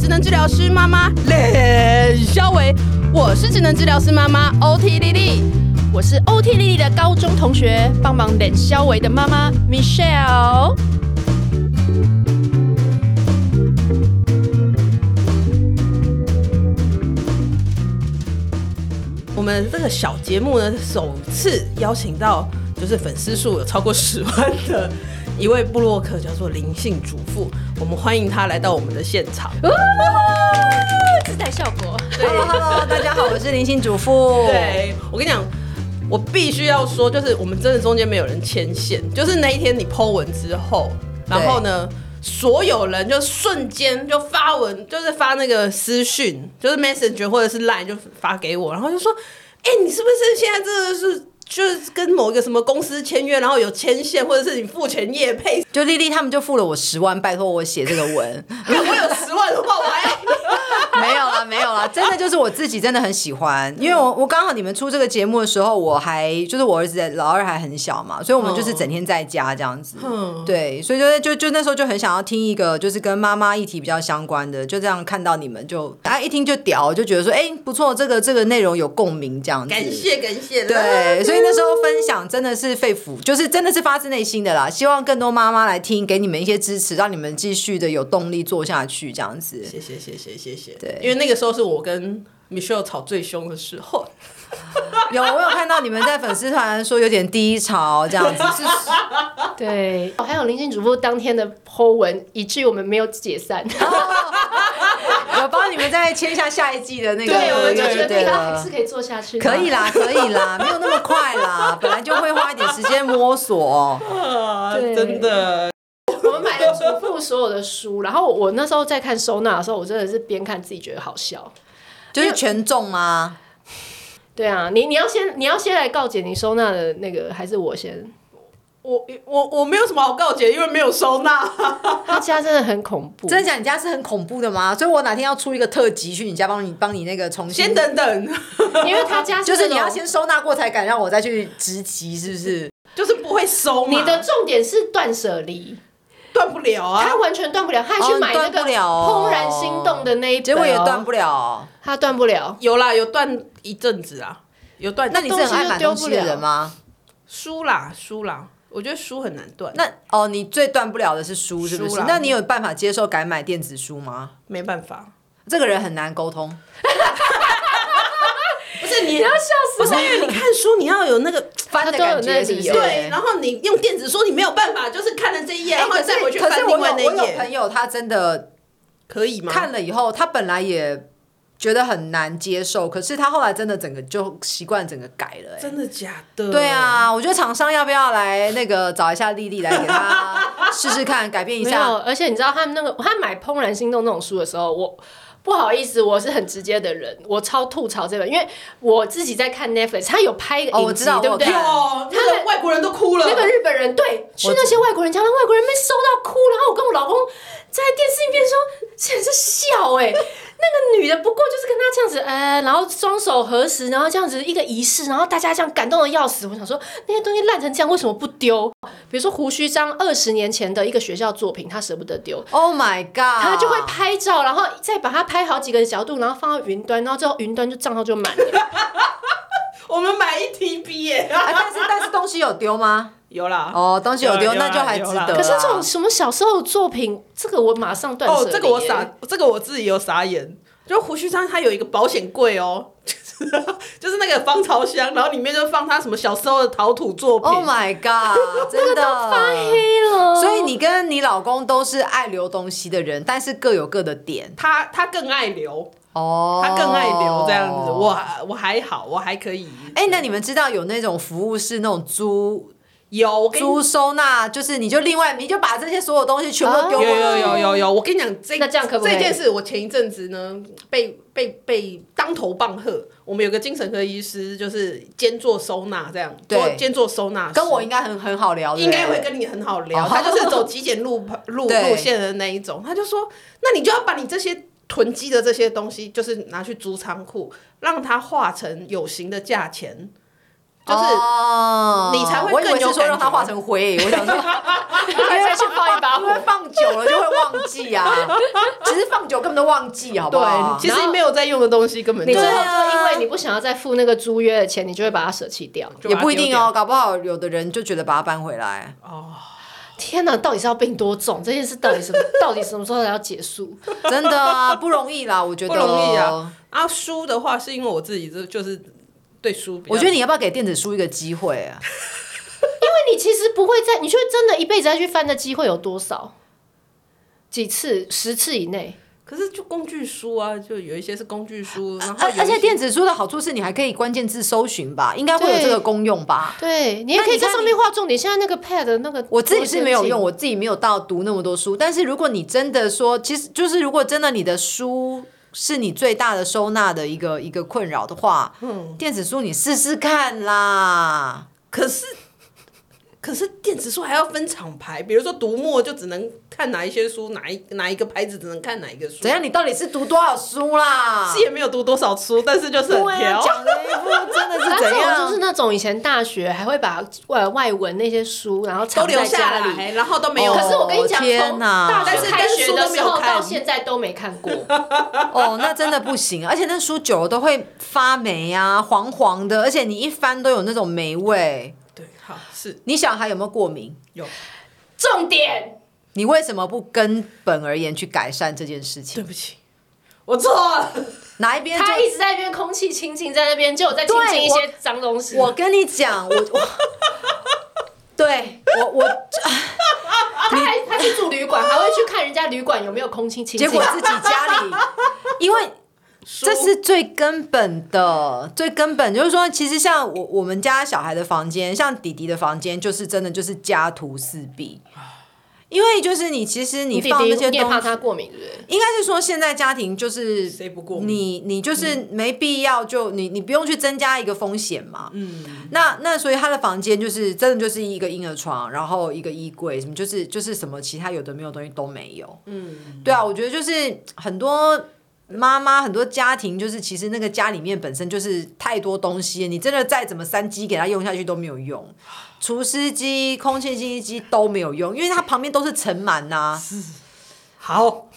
职能治疗师妈妈冷肖维，我是职能治疗师妈妈 OT 丽丽，我是 OT 丽丽的高中同学，帮忙冷肖维的妈妈 Michelle。我们这个小节目呢，首次邀请到就是粉丝数有超过十万的一位部落客，叫做灵性主妇。我们欢迎她来到我们的现场。自带效果， Hello Hello，大家好，我是林心主妇。，对哦我跟你讲，我必须要说，就是我们真的中间没有人牵线，就是那一天你 Po 文之后，然后呢，所有人就瞬间就发文，就是发那个私讯，就是 Messenger 或者是 Line 就发给我，然后就说，哎、你是不是现在真的是？就是跟某一个什么公司签约，然后有牵线，或者是你付钱业配， 就丽丽他们就付了我十万，拜托我写这个文。 看我有十万的话，我还要没有啦，没有啦，真的就是我自己真的很喜欢，因为我我刚好你们出这个节目的时候，我还就是我儿子老二还很小嘛，所以我们就是整天在家这样子。嗯 对，所以就就就那时候就很想要听一个就是跟妈妈议题比较相关的，就这样看到你们就大家一听就屌，就觉得说哎、不错，这个这个内容有共鸣这样子。感谢感谢。 对，所以那时候分享真的是肺腑，就是真的是发自内心的啦。希望更多妈妈来听，给你们一些支持，让你们继续的有动力做下去，这样子。谢谢谢谢谢谢。对因为那个时候是我跟 Michelle 吵最凶的时候。有，我有看到你们在粉丝团说有点低潮，这 样子是对，哦，还有林静主播当天的 Po 文，以至于我们没有解散。哦有帮你们再签下下一季的那个 对，我合们就约觉就 得对这个还了是。可以做下去的。可以啦，可以啦，没有那么快啦，本来就会花一点时间摸索。哦 啊对真的，我们买了祖父所有的书，然后我那时候在看收纳的时候，我真的是边看自己觉得好笑。就是权重啊吗？对啊，你你要先你要先来告解你收纳的那个，还是我先？我我我没有什么好告诫，因为没有收纳。他家真的很恐怖，真的讲你家是很恐怖的吗？所以我哪天要出一个特辑去你家帮你帮你那个重新先等等，因为他家就那是种你要先收纳过，才敢让我再去直击，是不是？ 就是不会收嘛，你的重点是断舍离，断不了啊他。完全断不了，他还去买那哦个断不了哦怦然心动的那一本哦，结果也断不了。他断不了。有啦，有断一阵子啊，有断。那你是很爱买东西的人吗？书啦书啦，我觉得书很难断，那哦，你最断不了的是书，是不书是啦？那你有办法接受改买电子书吗？没办法。这个人很难沟通，不是你要笑死，不是因为你看书你要有那个翻的感觉是不他都有那理是？由对，然后你用电子书你没有办法，就是看了这一页，哎然后可再回去是可翻是另我外有那我一有朋页，友，他真的可以吗？看了以后，他本来也觉得很难接受，可是他后来真的整个就习惯整个改了、哎。真的假的？对，啊，我觉得厂商要不要来那个找一下丽丽来给她试试看，改变一没下有，而且你知道他们那个他买《怦然心动》那种书的时候，我不好意思，我是很直接的人，我超吐槽这本，因为我自己在看 Netflix，他有拍一个影集，哦我知道对不对？啊我有看哦，那个外国人都哭 了。那个日本人对去那些外国人家，让外国人被收到哭，然后我跟我老公在电视里面说，简直笑 哎、那个女的不过就是跟他这样子，呃，然后双手合十，然后这样子一个仪式，然后大家这样感动的要死。我想说那些东西烂成这样，为什么不丢？比如说胡须章二十年前的一个学校作品，他舍不得丢。 Oh my god！他就会拍照，然后再把它拍好几个角度，然后放到云端，然后最后云端就账号就 满啊了。我们买一 TB 耶、啊，但是但是东西有丢吗？有啦。哦，东西有丢，有啦那就还值得啦。有啦可是这种什么小时候的作品，这个我马上断舍哦，离耶。这个我傻，这个我自己有傻眼。就胡须章他有一个保险柜哦， 就是就是那个芳草箱，然后里面就放他什么小时候的陶土作品。 Oh my god！真的发黑了。所以你跟你老公都是爱留东西的人，但是各有各的点他他更爱留，哦。他更爱留这样子。我我还好，我还可以。哎、那你们知道有那种服务是那种租有我跟你租收纳，就是你就另外你就把这些所有东西全部都丢有过去。啊有有有有，我跟你讲，这那这样可不可以这件事，我前一阵子呢，被被被当头棒喝。我们有个精神科医师，就是兼做收纳这样，对做兼做收纳师，跟我应该很很好聊，对应不对该会跟你很好聊，哦他就是走极简 路路对路线的那一种。他就说，那你就要把你这些囤积的这些东西，就是拿去租仓库，让它化成有形的价钱，就是哦你才会我以为更有是说让它感觉 化成灰，我想说 还再去放一把因火为，放久了就会忘记 啊，其实放久根本都忘记，好不好？对，其实没有在用的东西根本你就最后对啊就因为你不想要再付那个租约的钱，你就会把它舍弃掉。就把也它不一定丢哦，掉。搞不好有的人就觉得把它搬回来。天哪，到底是要病多重？这件事到底什么？到底什么时候才要结束？真的啊，不容易啦，我觉得不容易哦啊。。啊，书的话是因为我自己就就是对书比较，我觉得你要不要给电子书一个机会啊？因为你其实不会再，你就真的一辈子再去翻的机会有多少？几次？十次以内？可是就工具书啊，就有一些是工具书，然后啊而有一而且些电子书的好处是你还可以关键字搜寻吧，应该会有这个功用吧。对你也那可以你看在上面画重点。现在那个 Pad 的那个，我自己是没有用，，我自己没有到读那么多书。但是如果你真的说，其实就是如果真的你的书是你最大的收纳的一个一个困扰的话，嗯，电子书你试试看啦。可是， 可是电子书还要分厂牌，比如说读墨就只能看哪一些书，哪一哪一个牌子只能看哪一个书。怎样？你到底是读多少书啦是？也没有读多少书，但是就是很对啊挑。讲的一副真的是但怎是我就是样？那啊种以前大学还会把呃外文那些书，然后都藏留在下家里。来，然后都没有。哦可是我跟你讲，天从哪大但学是开但是学书的都没时有候看到现在都没看过。哦，那真的不行。而且那书久了都会发霉啊，黄黄的，而且你一翻都有那种霉味。对，好是你想还有没有过敏？有，重点，你为什么不根本而言去改善这件事对情？不起，我错了。哪一边就他一直在那边空气清净，在那边就有在清净一对些脏东西。我跟你讲，我我对我我啊他还他去住旅馆，还会去看人家旅馆有没有空气清净。啊结果自己家里，因为书这是最根本的，最根本就是说，其实像我我们家小孩的房间，像弟弟的房间，就是真的就是家徒四壁，因为就是你其实你你弟放那弟些你也怕东西。他过敏，对不对？应该是说，现在家庭就是谁不过敏嗯你，你就是没必要就你你不用去增加一个风险嘛。嗯，那那所以他的房间就是真的就是一个婴儿床，然后一个衣柜，什么就是就是什么其他有的没有的东西都没有。嗯，对啊，我觉得就是很多。妈妈很多家庭就是，其实那个家里面本身就是太多东西，你真的再怎么三机给他用下去都没有用，除湿机、空气清新机都没有用，因为它旁边都是啊尘螨呐、好，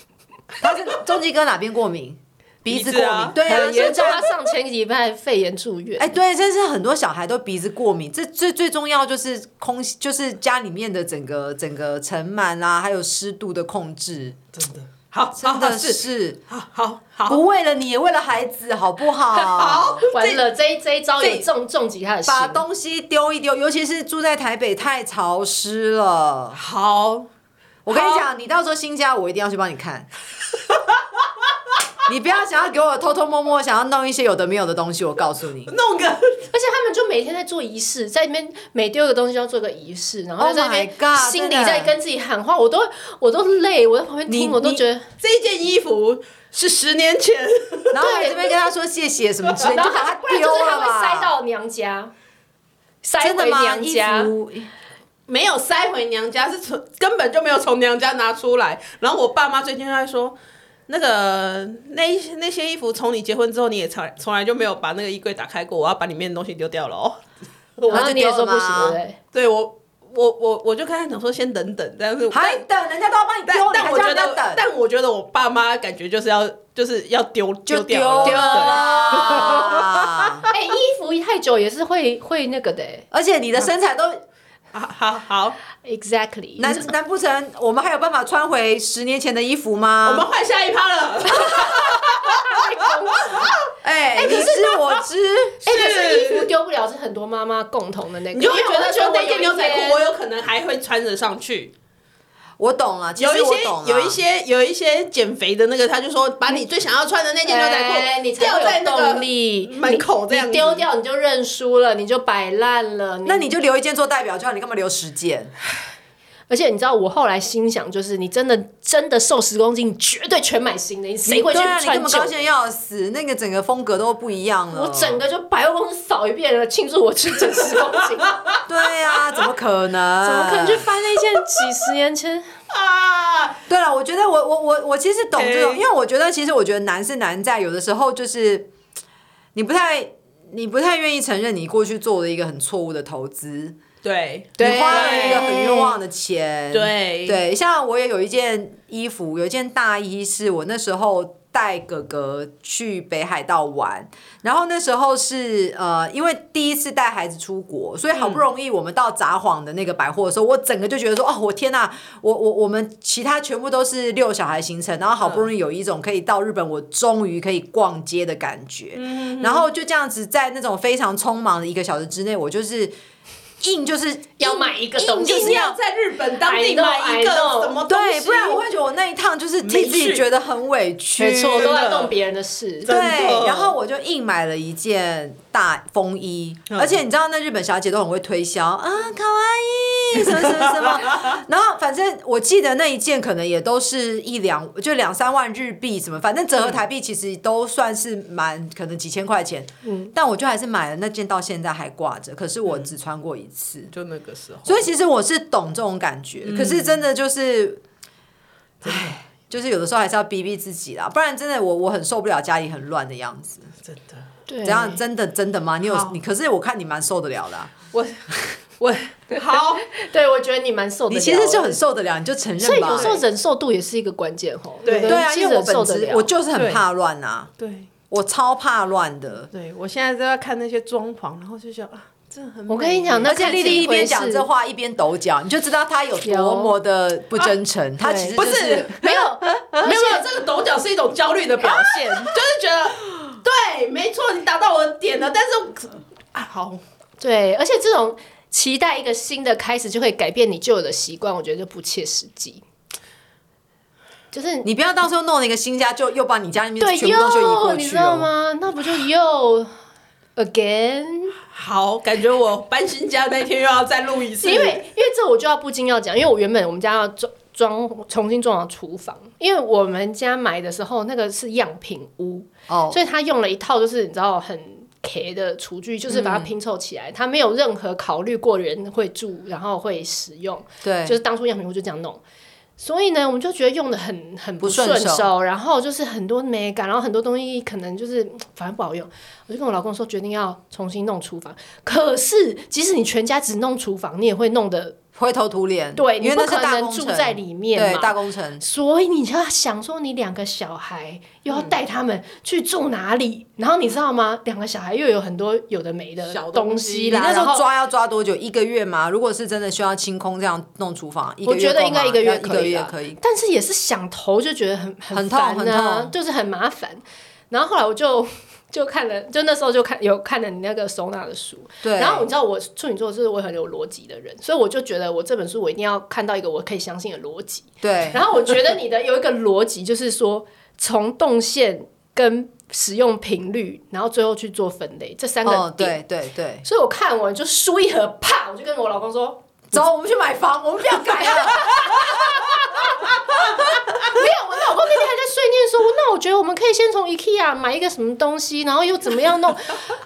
他是中基哥哪边过敏？鼻子过敏，鼻子啊对啊，很严现重，在他上前个礼拜肺炎住院。哎，对，真是很多小孩都鼻子过敏。这最最重要就是空气，就是家里面的整个整个尘螨啦，还有湿度的控制，真的好，真真的啊是是好好好，不为了你，也为了孩子，好不好？好完了，这一这一招这有重重击他的心。把东西丢一丢，尤其是住在台北太潮湿了。好，我跟你好讲，你到时候新家，我一定要去帮你看。 你不要想要给我偷偷摸摸，想要弄一些有的没有的东西，我告诉你。弄个 而且他们就每天在做仪式，在里面每丢一个东西就要做一个仪式，然后 Oh 在那边 my god，心里真的在跟自己喊话，我都我都累，我在旁边你听，我都你觉得这件衣服是十年前，然后还这边跟他说谢谢什么 之类，就然后把他它不然就丢是了他会塞吧。到娘家，塞真的回吗？娘家衣。服没有塞回娘家，是从根本就没有从娘家拿出来。然后我爸妈最近在说，那个那那些衣服从你结婚之后，你也从从来就没有把那个衣柜打开过，我要啊把里面的东西丢掉了哦。然后你也说不我就行，对丢了吗不对？对我，我我我就跟他讲说先等等，但是还但等人家都要帮你但丢，你但还我叫觉人家得，等，但我觉得我爸妈感觉就是要就是要丢就丢丢掉 了。啦。哎，衣服太久也是会会那个的欸而且你的身材都对啊好好好， ，exactly。难难不成我们还有办法穿回十年前的衣服吗？我们换下一趴了。 哎，你知我知，哎，可是衣是服丢不了，是很多妈妈共同的那个，你就会因为觉得说我那件有一牛仔天裤我有可能还会穿得上去。我懂了，其有实一我些懂了有一些有一些减肥的那个，他就说把你最想要穿的那件牛哎仔你裤才掉会在有那个动力。门口这样你子丢。掉你就认输了，你就摆烂了。那你就留一件做代表就好，你干嘛留十件？而且你知道，我后来心想，就是你真的真的瘦十公斤，你绝对全买新的，你谁会去对啊，你穿根本旧高的？兴得要死，那个整个风格都不一样了。我整个就百货公司扫一遍了，庆祝我去整十公 斤，对呀，怎么可能？ 怎么可能去翻那件几十年前？啊，对了，我觉得我我我我其实懂这种， Okay 因为我觉得其实我觉得难是难在有的时候就是你不太你不太愿意承认你过去做了一个很错误的投资，对你对花了一个很冤枉的钱。对对，像我也有一件衣服，有一件大衣是我那时候。带哥哥去北海道玩，然后那时候是呃，因为第一次带孩子出国，所以好不容易我们到札幌的那个百货的时候，我整个就觉得说，哦，我天呐，我我我们其他全部都是遛小孩行程，然后好不容易有一种可以到日本，我终于可以逛街的感觉，然后就这样子在那种非常匆忙的一个小时之内，我就是硬就是要买一个东一定西，要在日本当地 I know, 买一个 I know 什么哦东西，对，不然我会觉得我那一趟就是替自没己趣觉得很委屈，没错，嗯都在真的弄别人的事。真的对，然后我就硬买了一件大风衣，嗯而且你知道那日本小姐都很会推销啊，卡哇伊什么什么什 么，然后反正我记得那一件可能也都是一两就两三万日币什么，反正折合台币其实都算是蛮可能几千块钱，嗯但我就还是买了那件，到现在还挂着，可是我只穿过一次，就那个时候，所以其实我是懂这种感觉，嗯可是真的就是，真的就是有的时候还是要逼逼自己啦，不然真的我我很受不了家里很乱的样子。真的，对，怎样？真的真的吗？你有好你？可是我看你蛮受得了的啊、我我好，对，我觉得你蛮受得你了的。其实就很受得了，你就承所以认吧有。时候忍受度也是一个关键吼。对有的人对啊，其因实为我忍受本得质了，我就是很对怕乱啊， 对我超怕乱的。对，我现在都在看那些装潢，然后就觉得啊，这很美，我跟你嗯讲那嗯而且丽丽一边讲这话一边抖脚，你就知道她有多么的不真诚。她其实不啊就是 没有，没有没有，这个抖脚是一种焦虑的表现，啊就是觉得对，没错，你打到我的点了，但是啊，好， 对，而且这种期待一个新的开始就可以改变你旧有的习惯，我觉得就不切实际。就是你不要到时候弄了一个新家，就又把你家里面对全部东西移过去、又，哦，你知道吗？那不就又 again？好，感觉我搬新家那天又要再录一次，因呃为因为这我就要不禁要讲，因为我原本我们家要装装重新装潢厨房，因为我们家买的时候那个是样品屋，哦，所以他用了一套就是你知道很 K 的厨具，就是把它拼凑起来，他没有任何考虑过人会住，然后会使用，对，就是当初样品屋就这样弄。所以呢，我们就觉得用的很很不顺顺手然后就是很多美感，然后很多东西可能就是嗯反正不好用。我就跟我老公说，决定要重新弄厨房。可是即使你全家只弄厨房，你也会弄的，灰头土脸，对，嗯因你为不那是可大能工住程，在里面对，嘛，大工程，所以你就要想说，你两个小孩又嗯要带他们去住哪里？然后你知道吗？两个小孩又有很多有的没的小东东西西你啦。那时然候后抓要抓多久？一个月吗？如果是真的需要清空这样弄厨房，一个我月觉得够应该吗一个要月一个可以月啦可以。但是也是想头就觉得很很痛烦很啊痛，就是很麻烦。然后后来我就 就看了，就那时候就看有看了你那个收纳的书，对，然后你知道我处女座就是我很有逻辑的人，所以我就觉得我这本书我一定要看到一个我可以相信的 逻辑。对，然后我觉得你的有一个逻辑，就是说从动线跟使用频率，然后最后去做分类这三个哦，点。对对对，所以我看完就书一盒，啪，我就跟我老公说，走，我们去买房，我们不要改啊了。没有，我老公那天还在碎念说，那我觉得我们可以先从 IKEA 买一个什么东西，然后又怎么样弄。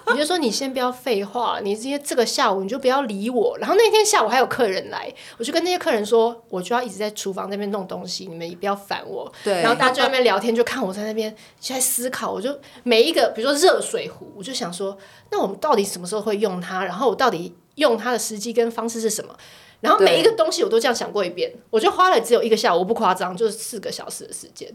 我就说你先不要废话，你今天这个下午你就不要理我。然后那天下午还有客人来，我就跟那些客人说，我就要一直在厨房那边弄东西，你们也不要烦我。对然后大家就在那边聊天，就看我在那边就在思考，我就每一个，比如说热水壶，我就想说，那我们到底什么时候会用它？然后我到底用它的时机跟方式是什么？然后每一个东西我都这样想过一遍，我就花了只有一个下午，我不夸张，就是四个小时的时间。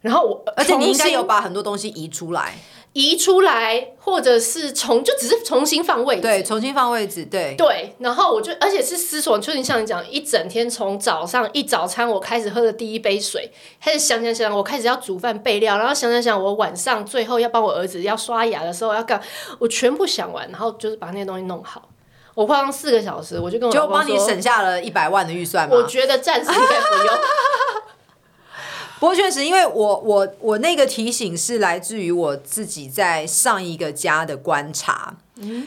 然后我，而且你应该有重新把很多东西移出来，移出来，或者是重，就只是重新放位置。对，重新放位置，对，对，然后我就，而且是思索，就是你像你讲，一整天从早上一早餐我开始喝的第一杯水，开始想想想，我开始要煮饭备料，然后想想想，我晚上最后要帮我儿子要刷牙的时候要干，我全部想完，然后就是把那些东西弄好。我花上四个小时，我就跟我老就公帮你说省啊下了一百万的预算嘛。我觉得暂时应该 不用。不过确实，因为我我我那个提醒是来自于我自己在上一个家的观察，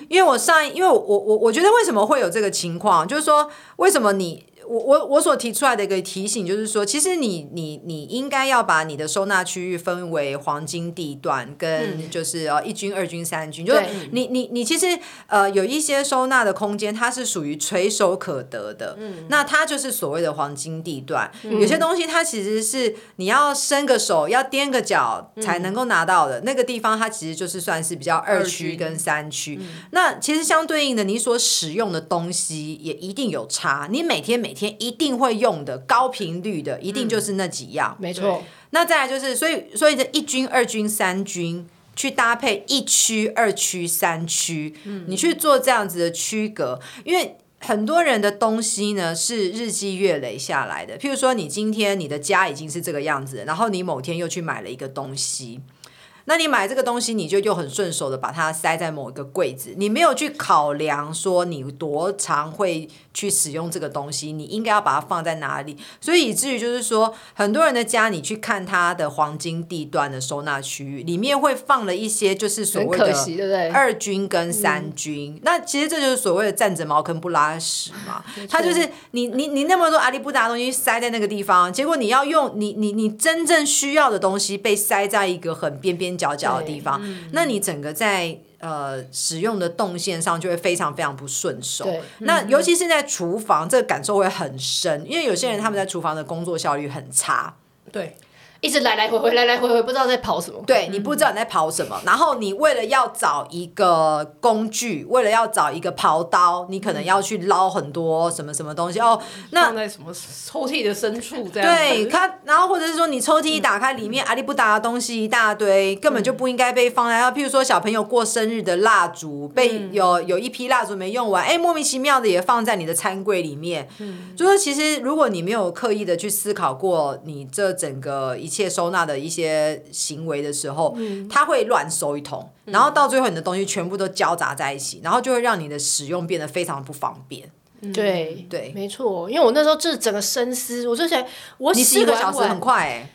因为我上一因为我我我我觉得为什么会有这个情况，就是说为什么你我我我所提出来的一个提醒就是说，其实你你你应该要把你的收纳区域分为黄金地段跟就是呃一军、二军、三军，就是对你你你其实呃有一些收纳的空间，它是属于垂手可得的，那它就是所谓的黄金地段。有些东西它其实是你要伸个手，要踮个脚才能够拿到的、那个地方，它其实就是算是比较嗯二区军跟三区。那其实相对应的，你所使用的东西也一定有差，你每天每天一定会用的高频率的，一定就是那几样。没错，那再来就是，所以所以这一军、二军、三军去搭配一区、二区、三区，你去做这样子的区隔，因为。很多人的东西呢是日积月累下来的，譬如说你今天你的家已经是这个样子，然后你某天又去买了一个东西，那你买这个东西，你就又很顺手的把它塞在某一个柜子，你没有去考量说你多常会去使用这个东西，你应该要把它放在哪里。所以以至于就是说，很多人的家，你去看它的黄金地段的收纳区域，里面会放了一些就是所很谓可的惜，对不对？嗯二军跟三军，那其实这就是所谓的站着茅坑不拉屎 嘛。他就是你你你那么多阿里不达的东西塞在那个地方，结果你要用你你你真正需要的东西被塞在一个很边边角角的地方，嗯那你整个在呃使用的动线上就会非常非常不顺手对。嗯那尤其是在厨房，这个感受会很深，因为有些人他们在厨房的工作效率很差。对，一直来来回回，来来回回，不知道在跑什么。对你不知道你在刨什么，然后你为了要找一个工具，为了要找一个刨刀，你可能要去捞很多什么什么东西哦。放那在什么抽屉的深处这样对 子。它，然后或者是说你抽屉一打开，里面阿里不达的东西一大堆，根本就不应该被放在。要譬如说小朋友过生日的蜡烛，被有有一批蜡烛没用完，哎，莫名其妙的也放在你的餐柜里面。就说其实如果你没有刻意的去思考过你这整个一切收纳的一些行为的时候，它会乱收一通，然后到最后你的东西全部都交杂在一起，然后就会让你的使用变得非常不方便。对对没错。因为我那时候就是整个深思，我就想，我你四洗个完小时碗很快哎、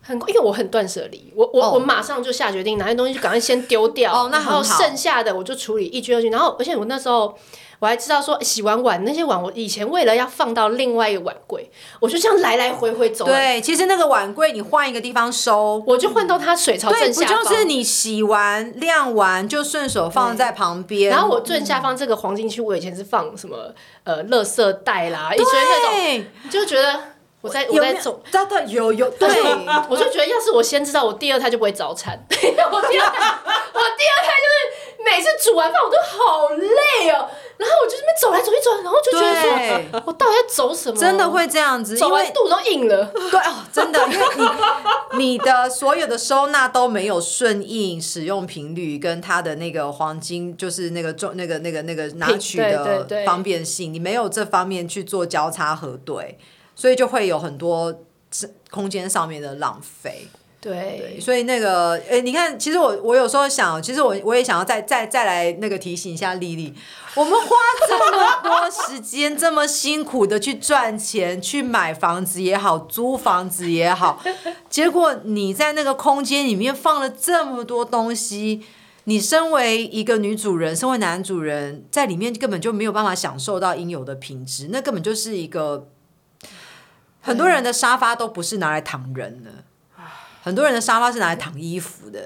很快，因为我很断舍离，我我、哦我马上就下决定，哪些东西就赶快先丢掉，哦那然很后好剩下的我就处理一军二军，然后而且我那时候我还知道说哎洗完碗那些碗，我以前为了要放到另外一个碗柜，我就这样来来回回走，，对，其实那个碗柜你换一个地方收，我就换到它水槽对，正不下方，就是你洗完晾完就顺手放在旁边，然后我正下方这个黄金区，我以前是放什么呃垃圾袋啦，一堆那种，对，你就觉得我在我有没在有走。？真的有有对 但是。我我就觉得，要是我先知道，我第二胎就不会早 产。我第二胎，我第二胎就是每次煮完饭我都好累哦，然后我就这边走来走去走来，然后就觉得对说，我到底在走什么？真的会这样子，走因为完肚子都硬了。对哦，真的，因为你你的所有的收纳都没有顺应使用频率跟它的那个黄金，就是那个重那个那个那个拿取对的对对方便性，你没有这方面去做交叉核对，所以就会有很多是空间上面的浪费。对，所以那个，诶、你看，其实我我有时候想，其实我我也想要再再再来那个提醒一下丽丽，我们花这么多时间，这么辛苦的去赚钱，去买房子也好，租房子也好，结果你在那个空间里面放了这么多东西。你身为一个女主人，身为男主人，在里面根本就没有办法享受到应有的品质，那根本就是一个很多人的沙发都不是拿来躺人的，很多人的沙发是拿来躺衣服的，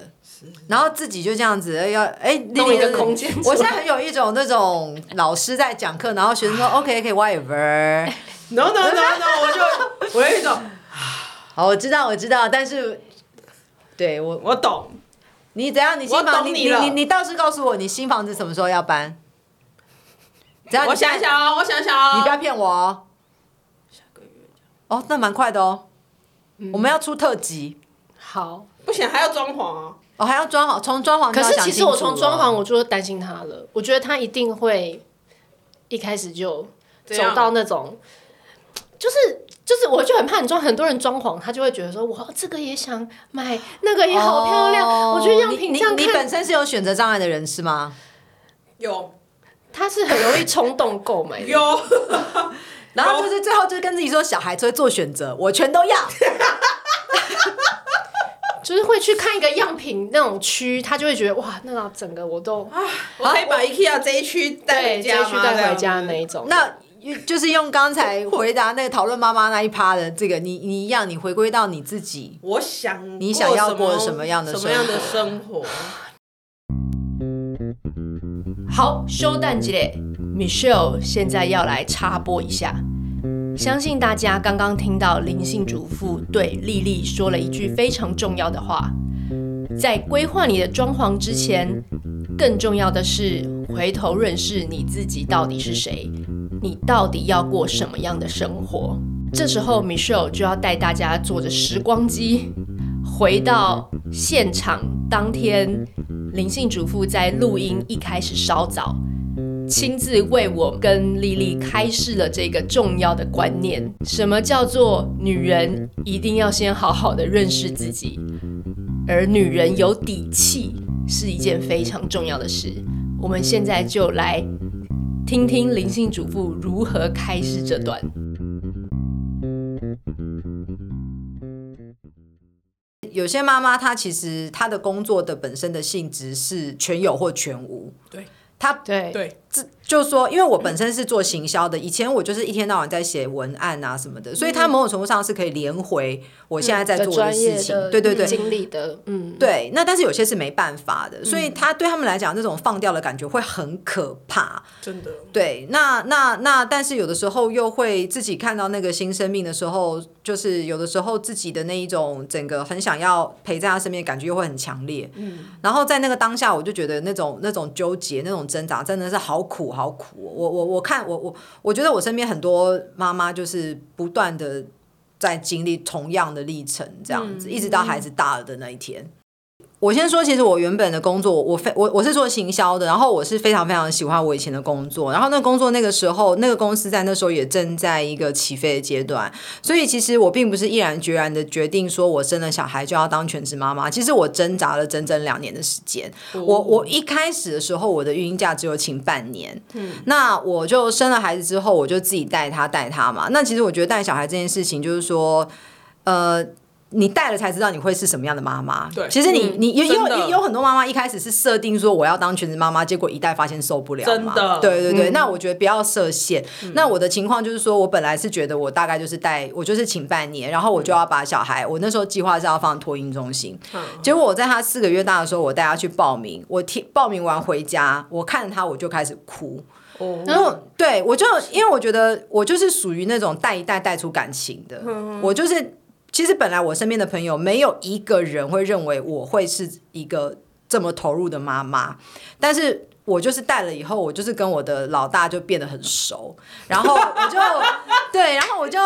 然后自己就这样子哎要哎弄一个就是空间出来我现在很有一种那种老师在讲课，然后学生说 OK OK whatever， no no no no，我就我有一种好我知道我知道，但是对我我懂，你怎样你新我房懂你你了你你倒是告诉我你新房子什么时候要搬？只啊要你我想现在想哦，我想想哦，你不要骗我哦。哦，那蛮快的哦。嗯我们要出特辑好。不行，还要装潢啊。哦，还要装潢，从装潢就可要是想其实清我楚啊哦从了装潢我就担心他了，我觉得他一定会一开始就走样到那种，就是就是，我就很怕你装很多人装潢，他就会觉得说，哇，这个也想买，那个也好漂亮，哦我觉得样你品你这样你本看，身是有选择障碍的人是吗？有他是很容易冲动购 买的。有，然后就是最后就是跟自己说，小孩就会做选择，我全 都要。就是会去看一个样品那种区，他就会觉得哇，那个整个我都我可以把 IKEA 这一区带对回接家去吗带回这样家子那一种。那就是用刚才回答那个讨论妈妈那一趴的这个，你你一样，你回归到你自己，我想你想要过过什么样的什么样生的生活？好，收蛋积累，Michelle 现在要来插播一下。相信大家刚刚听到灵性主妇对丽丽说了一句非常重要的话：在规划你的装潢之前，更重要的是回头认识你自己到底是谁，你到底要过什么样的生活。这时候，Michelle 就要带大家坐着时光机，回到现场当天灵性主妇在录音一开始稍早，亲自为我跟丽丽开示了这个重要的观念：什么叫做女人一定要先好好的认识自己，而女人有底气是一件非常重要的事。我们现在就来听听灵性主妇如何开示这段。有些妈妈她其实她的工作的本身的性质是全有或全无，对她对对，这就说，因为我本身是做行销的，以前我就是一天到晚在写文案啊什么的，所以它某种程度上是可以连回我现在在做的嗯事情。对对对，经历的，嗯，对，那但是有些是没办法的，所以他对他们来讲，那种放掉的感觉会很可怕。真的对，那那那，但是有的时候又会自己看到那个新生命的时候，就是有的时候自己的那一种整个很想要陪在他身边的感觉又会很强烈。嗯，然后在那个当下，我就觉得那种那种纠结、那种挣扎，真的是好苦好苦哦、我我我看我我我觉得我身边很多妈妈就是不断的在经历同样的历程，这样子、一直到孩子大了的那一天。我先说，其实我原本的工作，我非我我是做行销的，然后我是非常非常喜欢我以前的工作，然后那个工作那个时候那个公司在那时候也正在一个起飞的阶段，所以其实我并不是毅然决然的决定说我生了小孩就要当全职妈妈，其实我挣扎了整整两年的时间，哦我我一开始的时候我的育婴假只有请半年，嗯那我就生了孩子之后我就自己带他带他嘛，那其实我觉得带小孩这件事情就是说，呃。你带了才知道你会是什么样的妈妈。对嗯其实你你也有真的也有很多妈妈一开始是设定说我要当全职妈妈，结果一带发现受不了真嘛。的嗯对对对。那我觉得不要设限。那我的情况就是说，我本来是觉得我大概就是带我就是请半年，然后我就要把小孩，我那时候计划是要放托婴中心，嗯结果我在他四个月大的时候，我带他去报名，我听报名完回家，我看着他我就开始哭。哦然后对我就因为我觉得我就是属于那种带一带带出感情嗯的，我就是其实本来我身边的朋友没有一个人会认为我会是一个这么投入的妈妈，但是。我就是带了以后，我就是跟我的老大就变得很熟，然后我 就对，然后我就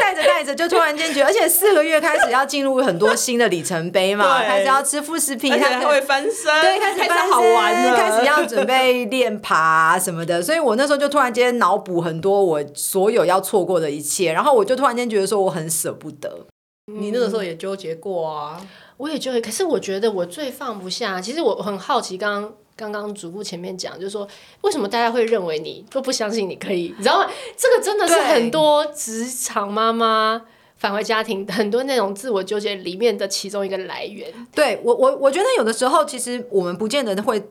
带着带着就突然间觉得，而且四个月开始要进入很多新的里程碑嘛，对开始要吃副食品，而且开还始会翻身，对，开始开翻始好玩身了，开始要准备练爬、什么的，所以我那时候就突然间脑补很多我所有要错过的一切，然后我就突然间觉得说我很舍不得。你那个时候也纠结过啊，我也就会，可是我觉得我最放不下。其实我很好奇刚刚。刚刚主妇前面讲，就是说为什么大家会认为你都不相信你可以，你知道吗？这个真的是对很多职场妈妈返回家庭很多那种自我纠结里面的其中一个来源。对我，我我觉得有的时候其实我们不见得会。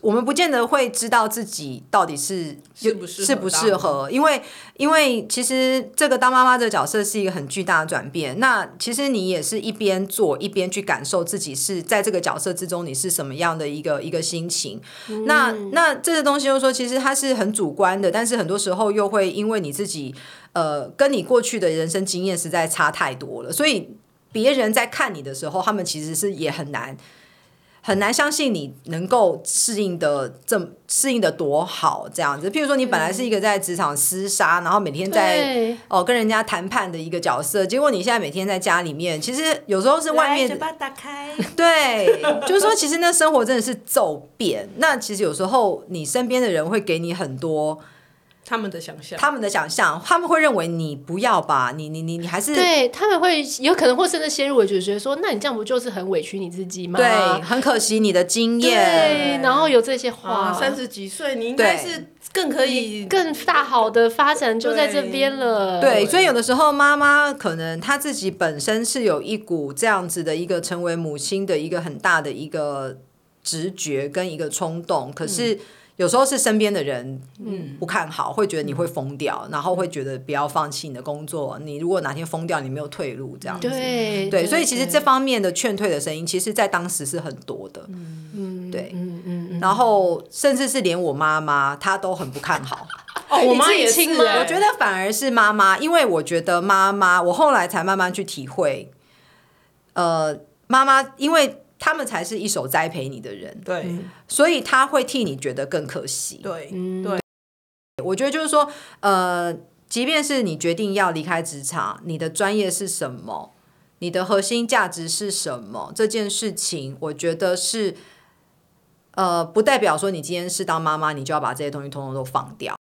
我们不见得会知道自己到底是适不适合适不适合，因为因为其实这个当妈妈这个角色是一个很巨大的转变。那其实你也是一边做一边去感受自己是在这个角色之中你是什么样的一个一个心情。那嗯那这些东西就是说，其实它是很主观的，但是很多时候又会因为你自己呃跟你过去的人生经验实在差太多了，所以别人在看你的时候，他们其实是也很难很难相信你能够适应的这么适应的多好这样子。譬如说，你本来是一个在职场厮杀，然后每天在对，哦跟人家谈判的一个角色，结果你现在每天在家里面，其实有时候是外面的打 开，对，就是说，其实那生活真的是骤变。那其实有时候你身边的人会给你很多他们的想象，他们的想象，他们会认为你不要吧，你你你你还是对他们会有可能会甚至先入为主，觉得说，那你这样不就是很委屈你自己吗？对，很可惜你的经验。对然后有这些话，哦哇，三十几岁你应该对是更可以啊更大好的发展就在这边了。对，所以有的时候妈妈可能她自己本身是有一股这样子的一个嗯成为母亲的一个很大的一个直觉跟一个冲动，可是有时候是身边的人不看好，会觉得你会疯掉，然后会觉得不要放弃你的工作。你如果哪天疯掉，你没有退路，这样子。对对，所以其实这方面的劝退的声音，其实在当时是很多的。嗯，对，嗯嗯嗯，然后甚至是连我妈妈，她都很不看好。哦，我妈也你自己是亲吗欸，我觉得反而是妈妈，因为我觉得妈妈，我后来才慢慢去体会，呃，妈妈，因为他们才是一手栽培你的人，对所以他会替你觉得更可惜。对嗯对，我觉得就是说，呃，即便是你决定要离开职场，你的专业是什么，你的核心价值是什么，这件事情，我觉得是，呃，不代表说你今天是当妈妈，你就要把这些东西通通都放掉。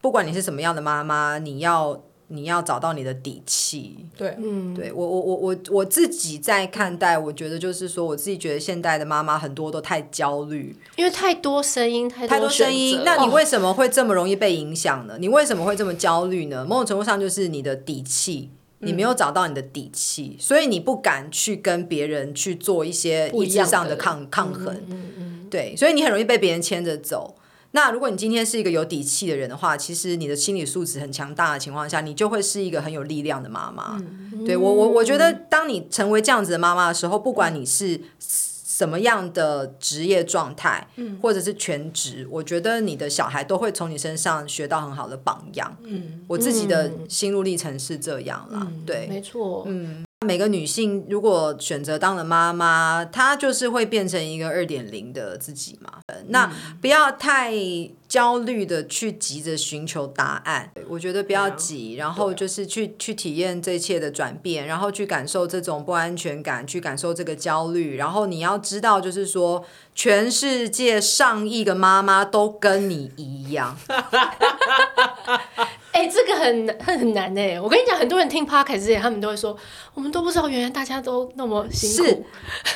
不管你是什么样的妈妈，你要你要找到你的底气。对嗯，对我我我我我自己在看待，我觉得就是说，我自己觉得现代的妈妈很多都太焦虑，因为太多声音，太太多声选音择，那你哦为什么会这么容易被影响呢？你为什么会这么焦虑呢？某种程度上就是你的底气，嗯你没有找到你的底气，所以你不敢去跟别人去做一些不意一志样上的的抗抗衡。嗯嗯对，所以你很容易被别人牵着走。那如果你今天是一个有底气的人的话，其实你的心理素质很强大的情况下，你就会是一个很有力量的妈妈。对我，我我觉得，当你成为这样子的妈妈的时候，不管你是什么样的职业状态，或者是全职，我觉得你的小孩都会从你身上学到很好的榜样。嗯，我自己的心路历程是这样啦。对，没错，嗯，每个女性如果选择当了妈妈，她就是会变成一个二点零的自己嘛。呃那不要太焦虑的去急着寻求答案，我觉得不要急，然后就是去去体验这一切的转变，然后去感受这种不安全感，去感受这个焦虑，然后你要知道，就是说全世界上亿个妈妈都跟你一样，哎、这个很难很难哎、我跟你讲，很多人听 podcast 之前，他们都会说，我们都不知道原来大家都那么辛是苦，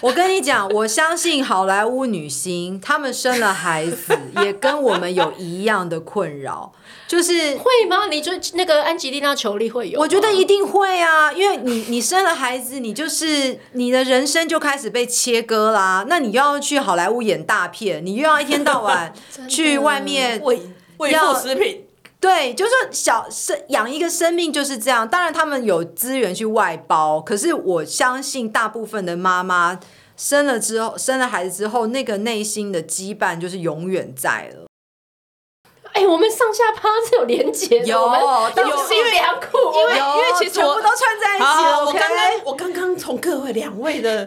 我跟你讲，我相信好莱坞女星，她们生了孩 子也跟我们有一样的困扰，就是会吗？你就那个安吉丽娜·裘丽会有吗，我觉得一定会啊，因为你你生了孩子，你就是你的人生就开始被切割啦，那你又要去好莱坞演大片，你又要一天到 晚的去外面喂喂要副食品，对，就是说小生养一个生命就是这样。当然，他们有资源去外包，可是我相信大部分的妈妈生了之后，生了孩子之后，那个内心的羁绊就是永远在了。哎、我们上下趴是有连结的，有我们但有是心良苦，因为因为其实全部我都串在一起好了。好，我 OK？刚刚我刚刚从各位两位的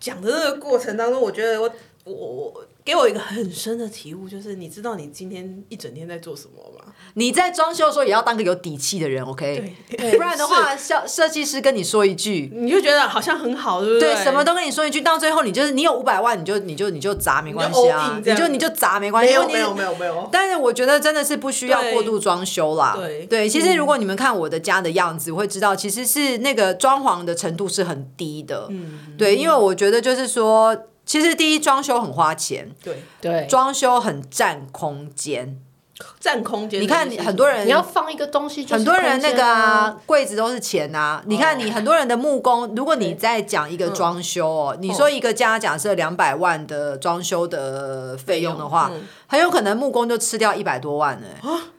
讲的这个过程当中，我觉得我我我给我一个很深的体悟，就是你知道你今天一整天在做什么吗？你在装修的时候也要当个有底气的人，OK？对不然的话，设设计师跟你说一句。你就觉得好像很好，对不对，对，什么都跟你说一句，到最后你就是你有五百万，你就你就你就砸没关系啊，你就 all in 这你样就你就砸没关系，没有问题没是有没有没有，但是我觉得真的是不需要对过度装修啦。对其实如果你们看我的家的样子，会知道其实是那个装潢的程度是很低的。嗯，对，因为我觉得就是说，其实第一装修很花钱，对，对，装修很占空间。占空间的你意思。看很多人你要放一个东西就是很多人空间那个啊，柜子都是钱啊！你看，你哦很多人的木工，如果你在讲一个嗯装修哦，你说一个家假设两百万的装修的费用的话，嗯很有可能木工就吃掉一百多万呢。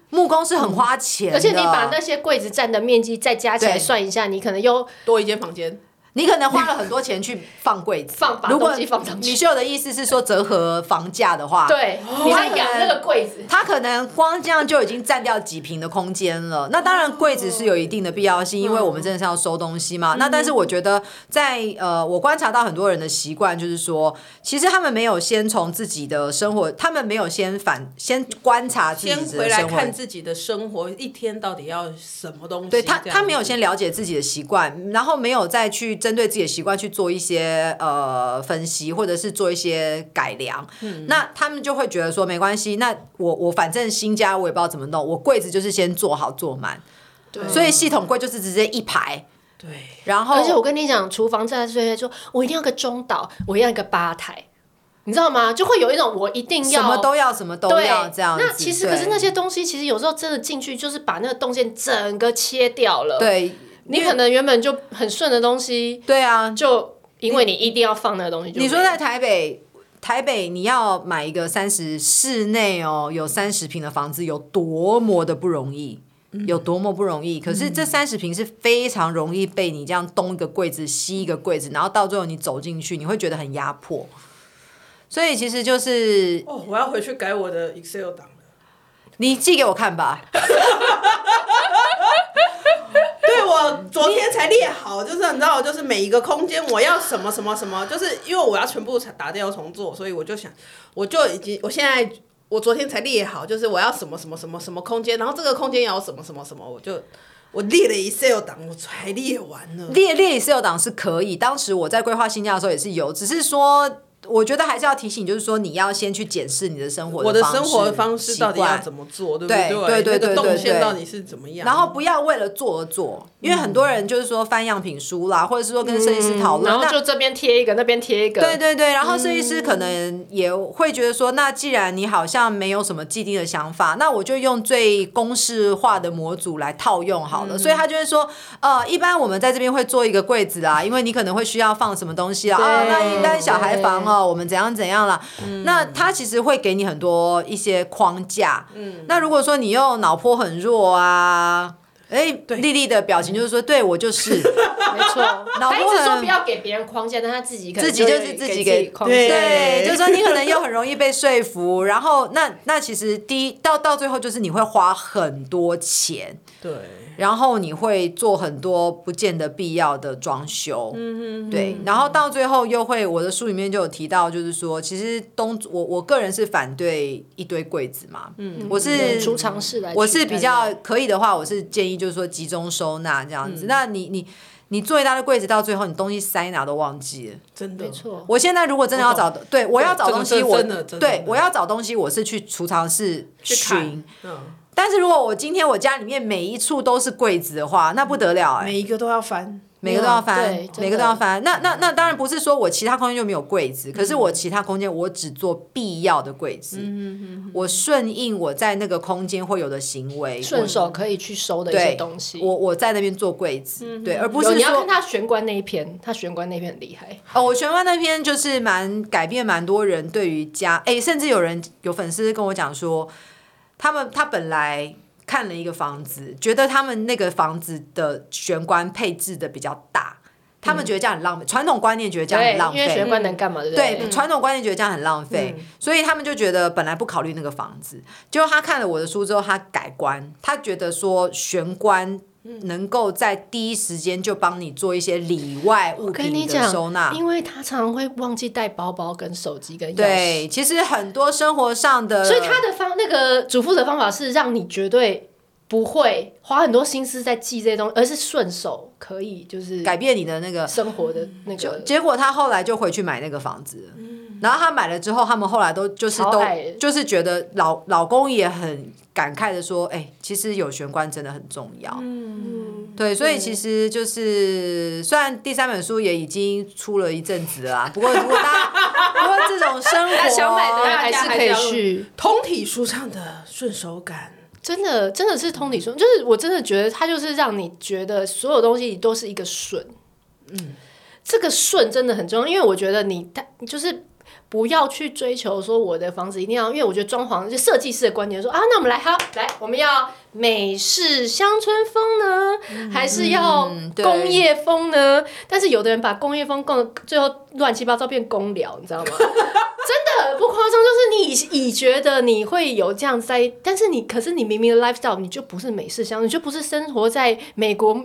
木工是很花钱的，啊而且你把那些柜子占的面积再加起来啊对算一下，你可能又多一间房间，你可能花了很多钱去放柜子， 放把如果东西放上去米秀的意思是说折合房价的话，对，你在养那个柜子，它可能光这样就已经占掉几平的空间了。那当然，柜子是有一定的必要性，嗯因为我们真的是要收东西嘛。那但是我觉得在，呃，我观察到很多人的习惯就是说，其实他们没有先从自己的生活，他们没有先反先观察自己先的生活，回来看自己的生活，一天到底要什么东西？对他，这样他没有先了解自己的习惯，然后没有再去针对自己的习惯去做一些呃分析，或者是做一些改良。嗯那他们就会觉得说没关系，那我我反正新家我也不知道怎么弄，我柜子就是先做好做满，对所以系统柜就是直接一排，对，然后而且我跟你讲，厨房在岁月说，我一定要个中岛，我一定要一个吧台，你知道吗？就会有一种我一定要什么都要，什么都对要这样子。那其实对可是那些东西，其实有时候真的进去就是把那个动线整个切掉了。，对你可能原本就很顺的东西，对啊，就因为你一定要放那个东西就没你了，说在台北台北你要买一个三十室内哦，有三十平的房子有多么的不容易。嗯有多么不容易，可是这三十平是非常容易被你这样东一个柜子西一个柜子，然后到最后你走进去，你会觉得很压迫。所以其实就是哦，我要回去改我的 Excel 档了。你寄给我看吧，对我昨天才列好，就是你知道，就是每一个空间我要什么什么什么，就是因为我要全部打掉重做，所以我就想，我就已经，我现在我昨天才列好，就是我要什么什么什么什么空间，然后这个空间也要什么什么什么，我就我列了 Excel 档，我才列完呢。列列 Excel 档是可以。当时我在规划新家的时候也是有，只是说我觉得还是要提醒，就是说你要先去检视你的生活我的的方式生活方式习到底要惯怎么做，对不对对对对对那个动对对线到底是怎么样？然后不要为了做而做，因为很多人就是说翻样品书啦，或者是说跟设计师讨论，嗯然后那就这边贴一个，那边贴一个，对对对，然后设计师可能也会觉得说，那既然你好像没有什么既定的想法，那我就用最公式化的模组来套用好嗯了。所以他就会说，呃，一般我们在这边会做一个柜子啊，因为你可能会需要放什么东西啊，啊，对嗯那一般小孩房哦，我们怎样怎样啦。那他其实会给你很多一些框架。嗯，那如果说你又脑波很弱啊。哎，丽丽的表情就是说，对我就是，没 错。脑他一波直说很不要给别人框架，但他自己可能自己就就会是自自己给给框架。对，就是说你可能又很容易被说服，然后那那其实第一到到最后就是你会花很多钱，对，然后你会做很多不见得必要的装修，嗯嗯，对，然后到最后又会我的书里面就有提到，就是说其实东我我个人是反对一堆柜子嘛，嗯，我是储藏室来取代，我是比较可以的话，我是建议就是说集中收纳这样子，那你你你做一大堆柜子，到最后你东西塞哪都忘记了。真的没错。我现在如果真的要找，对我要找东这西，个我真的真的对我要找东西，我是去储藏室看寻。，嗯，但是如果我今天我家里面每一处都是柜子的话，那不得了哎、每一个都要翻，每个都要翻嗯对真，的每个都要翻。那那那当然不是说我其他空间就没有柜子，可是我嗯其他空间我只做必要的柜子，我顺应我在那个空间会有的行为，顺手可以去收的一些对东西。嗯我我在那边做柜子，对，而不是有说你要看他玄关那一篇，他玄关那一篇很厉害。哦，我玄关那篇就是蛮改变蛮多人对于家，哎、甚至有人有粉丝跟我讲说，他们他本来看了一个房子，觉得他们那个房子的玄关配置的比较大，他们觉得这样很浪费，传统观念觉得这样嗯对很浪，因为玄费。关能干嘛？对不嗯对，传统观念觉得这样很浪费，所以他们就觉得本来不考虑那个房子。结果他看了我的书之后，他改观，他觉得说玄嗯关能够在第一时间就帮你做一些里外物我跟你品的讲收纳，，因为他常常会忘记带包包、跟手机、跟钥匙。对，其实很多生活上的，所以他的方那个主妇的方法是让你绝对不会花很多心思在记这些东西，而是顺手可以就是改变你的那个。生活的那个结果他后来就回去买那个房子，然后他买了之后，他们后来都就是嗯超都爱就是觉得老老公也很感慨的说，哎、其实有玄关真的很重要。嗯对，所以其实就是虽然第三本书也已经出了一阵子了啦，啊不过如果大家 不过这种生活，想买的人大还家是还可是以要去，通体舒畅的顺手感。真的真的是通体顺，就是我真的觉得它就是让你觉得所有东西都是一个顺，嗯，这个顺真的很重要，因为我觉得你它就是。不要去追求说我的房子一定要，因为我觉得装潢就设计师的观点说啊，那我们来好来，我们要美式乡村风呢，还是要嗯对工业风呢？但是有的人把工业风供得最后乱七八糟变工寮，你知道吗？ 真的不夸张，就是你已已觉得你会有这样在，但是你可是你明明的 lifestyle 你就不是美式乡村，你就不是生活在美国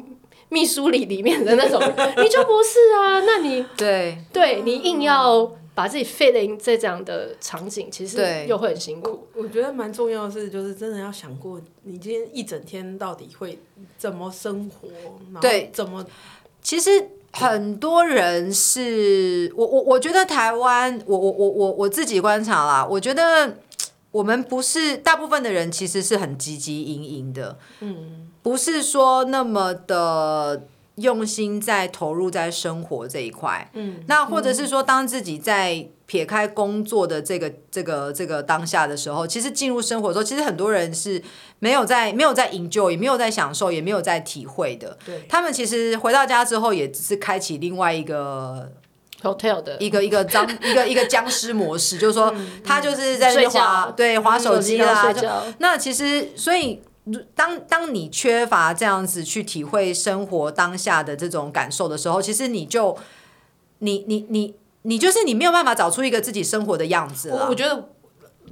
密苏里里面的那种， 你就不是啊。那你对对你硬要把自己 fit in 在这样的场景，其实对又会很辛苦。我觉得蛮重要的是，就是真的要想过，你今天一整天到底会怎么生活，然后对怎么其实很多人是我我我觉得台湾，我我我我我自己观察啦，我觉得我们不是大部分的人其实是很积极营营的，嗯，不是说那么的。用心在投入在生活这一块，嗯，那或者是说，当自己在撇开工作的这个、这个、这个当下的时候，其实进入生活的时候，其实很多人是没有在、没有在 enjoy，也没有在享受，也没有在体会的。对他们其实回到家之后，也只是开启另外一个 hotel 的一个一个僵 一个一个僵尸模式，就是说嗯他就是在那边睡觉滑对滑手机啦啊手机然啊后睡觉。那其实所以。如当当你缺乏这样子去体会生活当下的这种感受的时候，其实你就你你你你就是你没有办法找出一个自己生活的样子我了我。觉得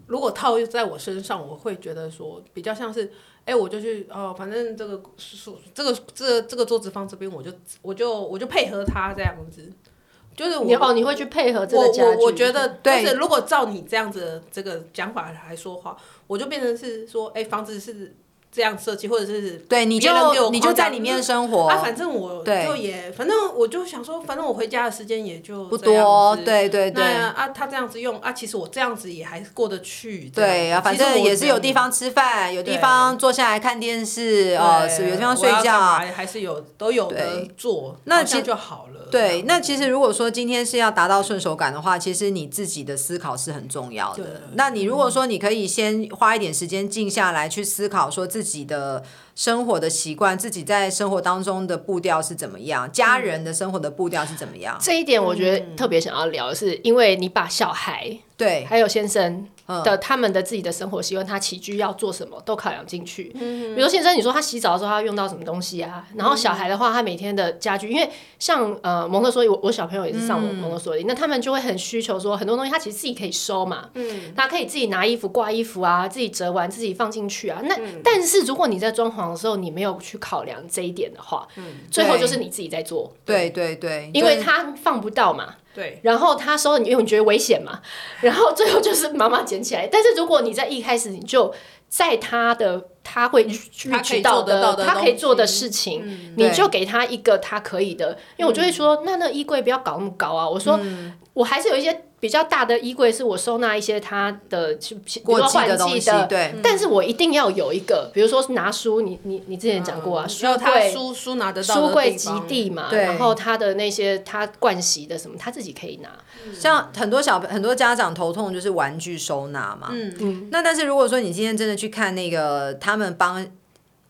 如果套在我身上，我会觉得说比较像是，哎、我就去哦，反正这个数这个这个这个桌子放这边，我就我就我就配合他这样子，就是我你哦，你会去配合这我个家我具我觉得，嗯对就是如果照你这样子的这个讲法来说话，我就变成是说，哎、房子是这样设计，或者是对，你别人给就我你框就架在里面生活，啊，反正我对就也，反正我就想说，反正我回家的时间也就不这样多，子对对对。那啊，他这样子用啊，其实我这样子也还过得去。这样子对啊，反其实正我也是有地方吃饭，有地方坐下来看电视，呃，对是有地方睡我要干觉。啊嘛还是有都有的做，那那其这样就好了。对，那实其实如果说今天是要达到顺手感的话，其实你自己的思考是很重要对嗯的。那你如果说你可以先花一点时间静下来去思考，说自己的生活的习惯，自己在生活当中的步调是怎么样，嗯家人的生活的步调是怎么样？这一点，我觉得特别想要聊，是因为你把小孩对，还有先生嗯的他们的自己的生活习惯，他起居要做什么都考量进去。嗯比如说先生，你说他洗澡的时候他用到什么东西啊？然后小孩的话，他每天的家居，因为像呃蒙特梭利，我我小朋友也是上蒙嗯蒙特梭利，那他们就会很需求说很多东西他其实自己可以收嘛，嗯，他可以自己拿衣服挂衣服啊，自己折完自己放进去啊。那嗯但是如果你在装潢的时候你没有去考量这一点的话，最后就是你自己在做，嗯对对对，因就为是他放不到嘛，对，然后他收了你，因为你觉得危险嘛， 然后最后就是妈妈捡起来。但是如果你在一开始你就在他的他会去他可以知道做得到的他可以做的东西事情，对你就给他一个他可以的。因为我就会说，那那衣柜不要搞那么高啊。我说、我还是有一些比较大的衣柜，是我收纳一些他的，比如过说季换的东季西，的。对，但是我一定要有一个，比如说拿书，你你你之前讲过啊，嗯书要他柜书书拿得到的书柜地极方地嘛，对然后他的那些他盥洗的什么，他自己可以拿。像很多小很多家长头痛就是玩具收纳嘛，嗯嗯。那但是如果说你今天真的去看那个他们帮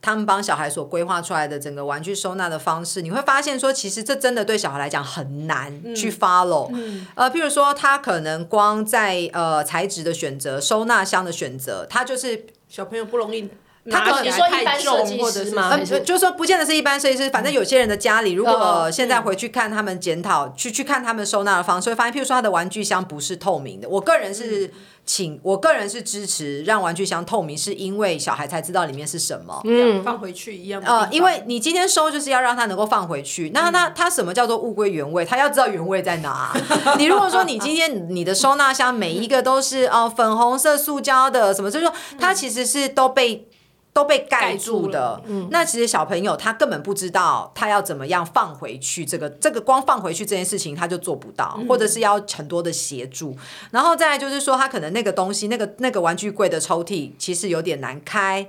他们帮小孩所规划出来的整个玩具收纳的方式，你会发现说，其实这真的对小孩来讲很难去 follow。呃，譬如说他可能光在呃材质的选择、收纳箱的选择，他就是小朋友不容易他拿可起能来你说一太般设重计或师者是吗什呃，么还是嗯就就是说，不见得是一般设计师，反正有些人的家里，如果、哦呃现在回去看他们检讨，去去看他们收纳的方式，会发现，譬如说他的玩具箱不是透明的。我个人嗯是请，我个人是支持让玩具箱透明，是因为小孩才知道里面是什么。嗯放回去一样的地呃方，嗯因为你今天收就是要让它能够放回去。那那它什么叫做物归原位？它要知道原位在 哪。你如果说你今天你的收纳箱每一个都是哦粉红色塑胶的什么，就是说它其实是都被。都被嗯盖住嗯的，那其实小朋友他根本不知道他要怎么样放回去，这个这个光放回去这件事情他就做不到，或者是要很多的协助。然后再来就是说，他可能那个东西，那个那个玩具柜的抽屉其实有点难开，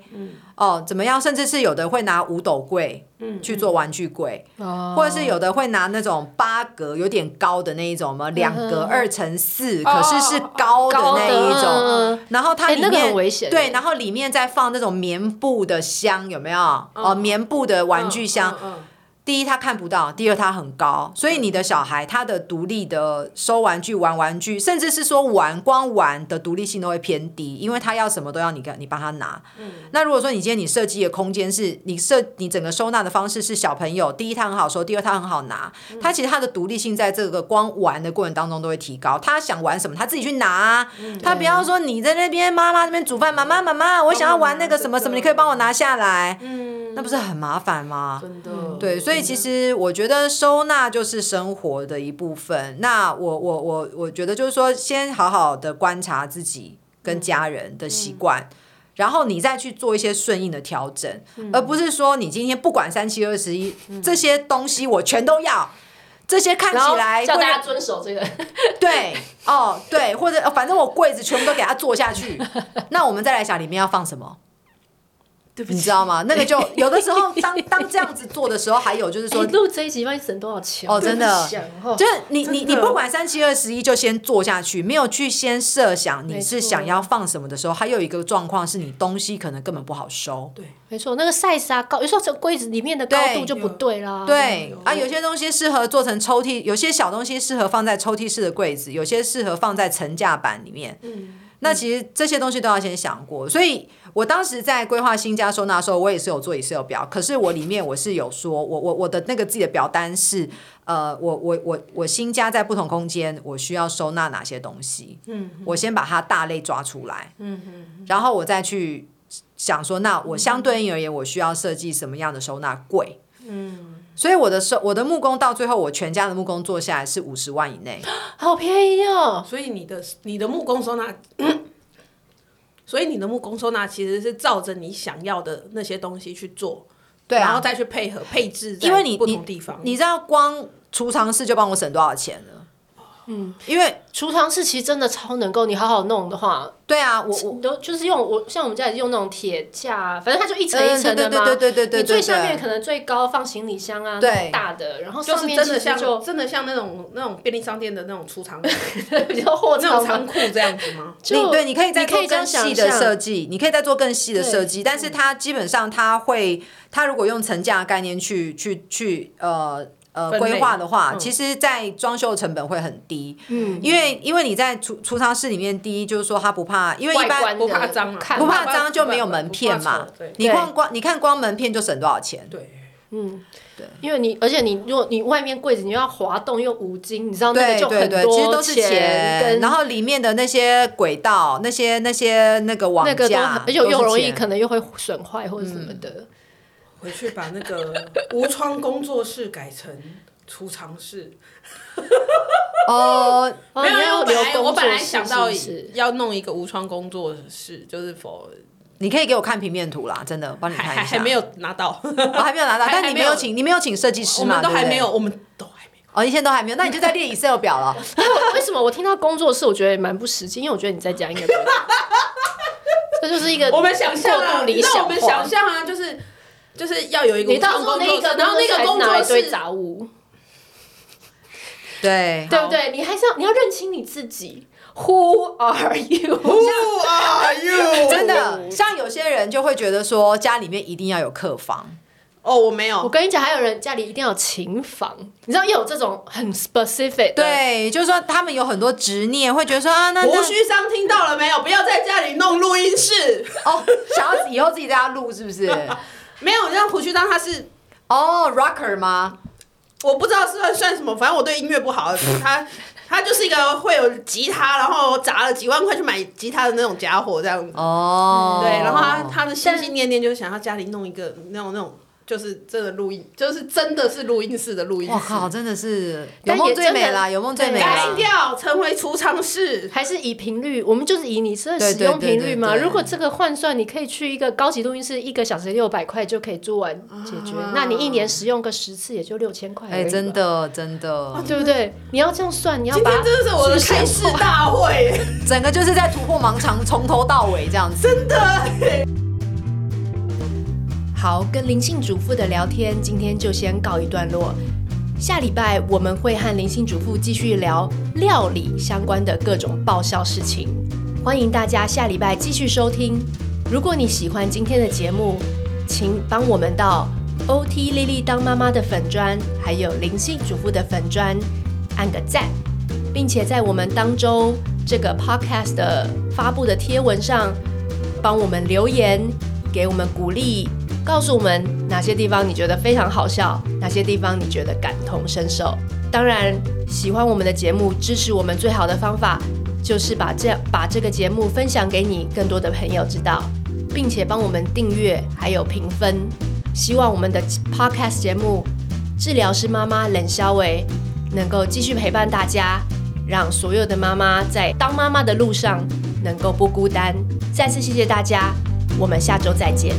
哦，怎么样？甚至是有的会拿五斗柜，嗯去做玩具柜，或者是有的会拿那种八格有点高的那一种嗯嘛，两格二乘四，可是是高的那一种。哦嗯然后它哎里那个面很危险对，耶然后里面再放那种棉布的箱，有没有？哦，嗯棉布的玩具箱，嗯嗯第一他看不到，第二他很高，所以你的小孩他的独立的收玩具、玩玩具，甚至是说玩光玩的独立性都会偏低，因为他要什么都要你跟你帮他拿。那如果说你今天你设计的空间是你设你整个收纳的方式是小朋友，第一他很好收，第二他很好拿，他其实他的独立性在这个光玩的过程当中都会提高，他想玩什么他自己去拿啊，他不要说你在那边妈妈那边煮饭，妈妈妈妈，我想要玩那个什么什么，你可以帮我拿下来，那不是很麻烦吗？嗯真的对，所以其实我觉得收纳就是生活的一部分。那我我我我觉得就是说，先好好的观察自己嗯跟家人的习惯。然后你再去做一些顺应的调整，嗯而不是说你今天不管三七二十一这些东西我全都要，这些看然起后来叫会大让家遵守这个，对哦对，或者呃反正我柜子全部都给它做下去，那我们再来想里面要放什么。对不你知起，道吗？那个 就有的时候当当这样子做的时候，还有就是哎说，录这一集帮你省多少钱？哦，真的想哦，，就是你你真你的不管三七二十一，就先做下去，没有去先设想你是错想要放什么的时候，还有一个状况是你东西可能根本不好收。对没错，那个 size 啊高，有时候这柜子里面的高对度就不对啦。对有啊，有些东西适合做成抽屉，有些小东西适合放在抽屉式的柜子，有些适合放在层架板里面。那其实这些东西都要先想过，所以我当时在规划新家收纳的时候，我也是有做 Excel 表，可是我里面我是有说，我我我的那个自己的表单是，呃，我我我我新家在不同空间，我需要收纳哪些东西，嗯，我先把它大类抓出来，嗯，然后我再去想说，那我相对应而言，我需要设计什么样的收纳柜，所以我的收我的木工到最后，我全家的木工做下来是五十万以内，好便宜哦。所以你的你的木工收纳， 所以你的木工收纳其实是照着你想要的那些东西去做，对然后啊，再去配合配置，因为你不你同地方，你知道光储藏室就帮我省多少钱了？嗯，因为储藏室其实真的超能够，你好好弄的话，对啊，我我你都就是用我像我们家也是用那种铁架啊，反正它就一层一嗯层的嘛。对对对对对对对你最下面可能最高放行李箱啊，对那种大的，然后就上是面真的其实像就真的像那种那种便利商店的那种储 藏比较货那种仓仓嘛。库这样子吗？就你对，你可以再你可做以这样更想细的象嗯设计，你可以再做更细的设计，但是它基本上它会，它如果用层架的概念去去去呃呃分类规划的话，嗯其实在装修的成本会很低，嗯，因为因为你在储储藏室里面，第一就是说它不怕，因为一外般观不怕脏嘛，看不怕脏就没有门片不怕嘛丑对。你光光你看光门片就省多少钱？对，因为你，而且你如果你外面柜子你又要滑动又五金，你知道那对个就对很对，其实都多是跟钱，然后里面的那些轨道、那些那些那个网那个都很架，而且又容易都是钱嗯可能又会损坏或者什么的。回去把那个无窗工作室改成储藏 室。哦，哦没有，因你为要啊我本留来工我作本来室想到是不是要弄一个无窗工作室，就是否你可以给我看平面图啦，真的帮你还看还一下。还没有拿到， 我还没有拿到，还但还你没没有有请，你没有请设计师我嘛？们都对不还没对有，，我们都还没有。哦，一切都还没有，那你就在列 Excel 表了。为什么我听到工作室，我觉得也蛮不实际，因为我觉得你在家应该不会。这就是一个我们想象过啊，度理那我想们化想。象啊，就是就是要有一个你无到窗时候工那一作个，室，然后那个工拿作一堆室杂物，对，对不对？你还是要你要认清你自己，Who are you？，Who are you？真的，像有些人就会觉得说家里面一定要有客房，哦，我没我有，跟你讲，还有人家里一定要有琴房，你知道也有这种很 specific 的，对，就是说他们有很多执念，会觉得说啊，那胡那须商听到了没有？不要在家里弄录音室，哦，想要以后自己在家录是 不是？没有让胡须商他是。哦，rocker 吗？我不知道算算什么，反正我对音乐不 好。他他就是一个会有吉他，然后砸了几万块去买吉他的那种家伙，这样子。哦，对，然后他他的心心念念就是想要家里弄一个那种那种，就是真的录音，就是真的是录音室的录音我室。靠，啊真的是有但也梦最真的美啦，有梦最美对啦改。掉，成为储藏室。还是以频率，我们就是以你这对使用对对频率嘛。对对如果这个换算，你可以去一个高级录音室，一个小时六百块就可以做完解决。那你一年使用个十次，也就六千块。啊哎，真，的真的，对不对？你要这样算，你要今把天真的是我的开市大会，整个就是在突破盲肠，从头到尾这样子。真的。好，跟灵性主妇的聊天今天就先告一段落。下礼拜我们会和灵性主妇继续聊料理相关的各种爆笑事情，欢迎大家下礼拜继续收听。如果你喜欢今天的节目，请帮我们到 OT 莉莉当妈妈的粉砖，还有灵性主妇的粉砖按个赞。并且在我们当周这个 podcast 的发布的贴文上，帮我们留言，给我们鼓励，告诉我们哪些地方你觉得非常好笑，哪些地方你觉得感同身受。当然，喜欢我们的节目，支持我们最好的方法就是把这把这个节目分享给你更多的朋友知道，并且帮我们订阅还有评分。希望我们的 podcast 节目治疗师妈妈冷肖维能够继续陪伴大家，让所有的妈妈在当妈妈的路上能够不孤单。再次谢谢大家，我们下周再见。